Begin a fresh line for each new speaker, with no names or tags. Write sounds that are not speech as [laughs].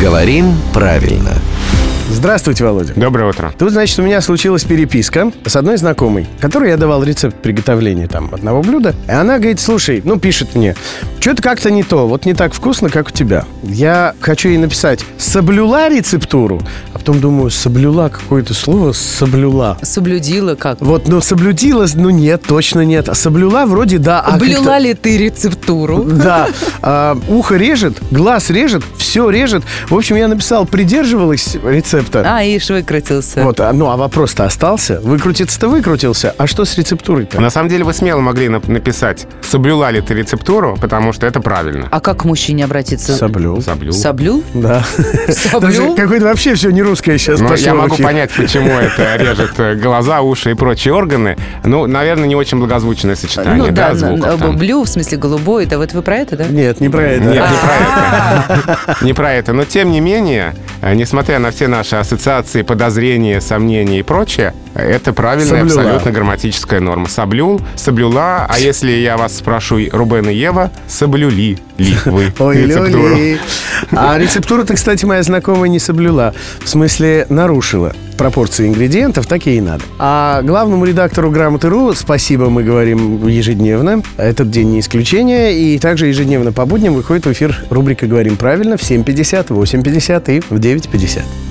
Говорим правильно.
Здравствуйте, Володя.
Доброе утро.
Тут, значит, у меня случилась переписка с одной знакомой, которой я давал рецепт приготовления там одного блюда. И она говорит, слушай, ну, пишет мне, что-то как-то не то, вот не так вкусно, как у тебя. Я хочу ей написать «соблюла рецептуру», а потом думаю, «соблюла» какое-то слово «соблюла».
Соблюдила как?
Вот, ну, соблюдила, ну, нет, точно нет. А соблюла вроде да, а
Блюла
как-то-
ли ты рецептуру?
Да. А, ухо режет, глаз режет, все режет. В общем, я написал, придерживалась рецепта.
А, ишь, выкрутился.
Вот, а, ну а вопрос-то остался. Выкрутиться-то выкрутился. А что с рецептурой-то?
На самом деле вы смело могли нап- написать, соблюла ли ты рецептуру, потому что это правильно.
А как к мужчине обратиться?
Соблюл. [laughs]
Соблю.
Соблю?
Да. Даже
Соблю?
какое-то вообще все не русское сейчас
Но
пошло
Ну, я могу
вообще.
понять, почему это режет э, глаза, уши и прочие органы. Ну, наверное, не очень благозвучное сочетание,
Ну
да,
да,
звуков
на-
там.
блю, в смысле голубой. Да вот вы про это, да?
Нет, не про это.
Нет, не
А,
про это. Не про это. Но тем не менее, э, несмотря на все наши ассоциации, подозрения, сомнения и прочее, э, это правильная
Соблюла.
абсолютно грамматическая норма. Соблюл, соблюла. А если я вас спрошу, Рубен и Ева, соблюли ли вы
Ой,
рецептуру?
Лёли. А рецептуру-то, кстати, моя знакомая не соблюла. В смысле, нарушила. Пропорции ингредиентов такие и надо. А главному редактору «Грамоты.ру» спасибо, мы говорим ежедневно. Этот день не исключение. И также ежедневно по будням выходит в эфир рубрика «Говорим правильно» в 7.50, в 8.50 и в 9.50.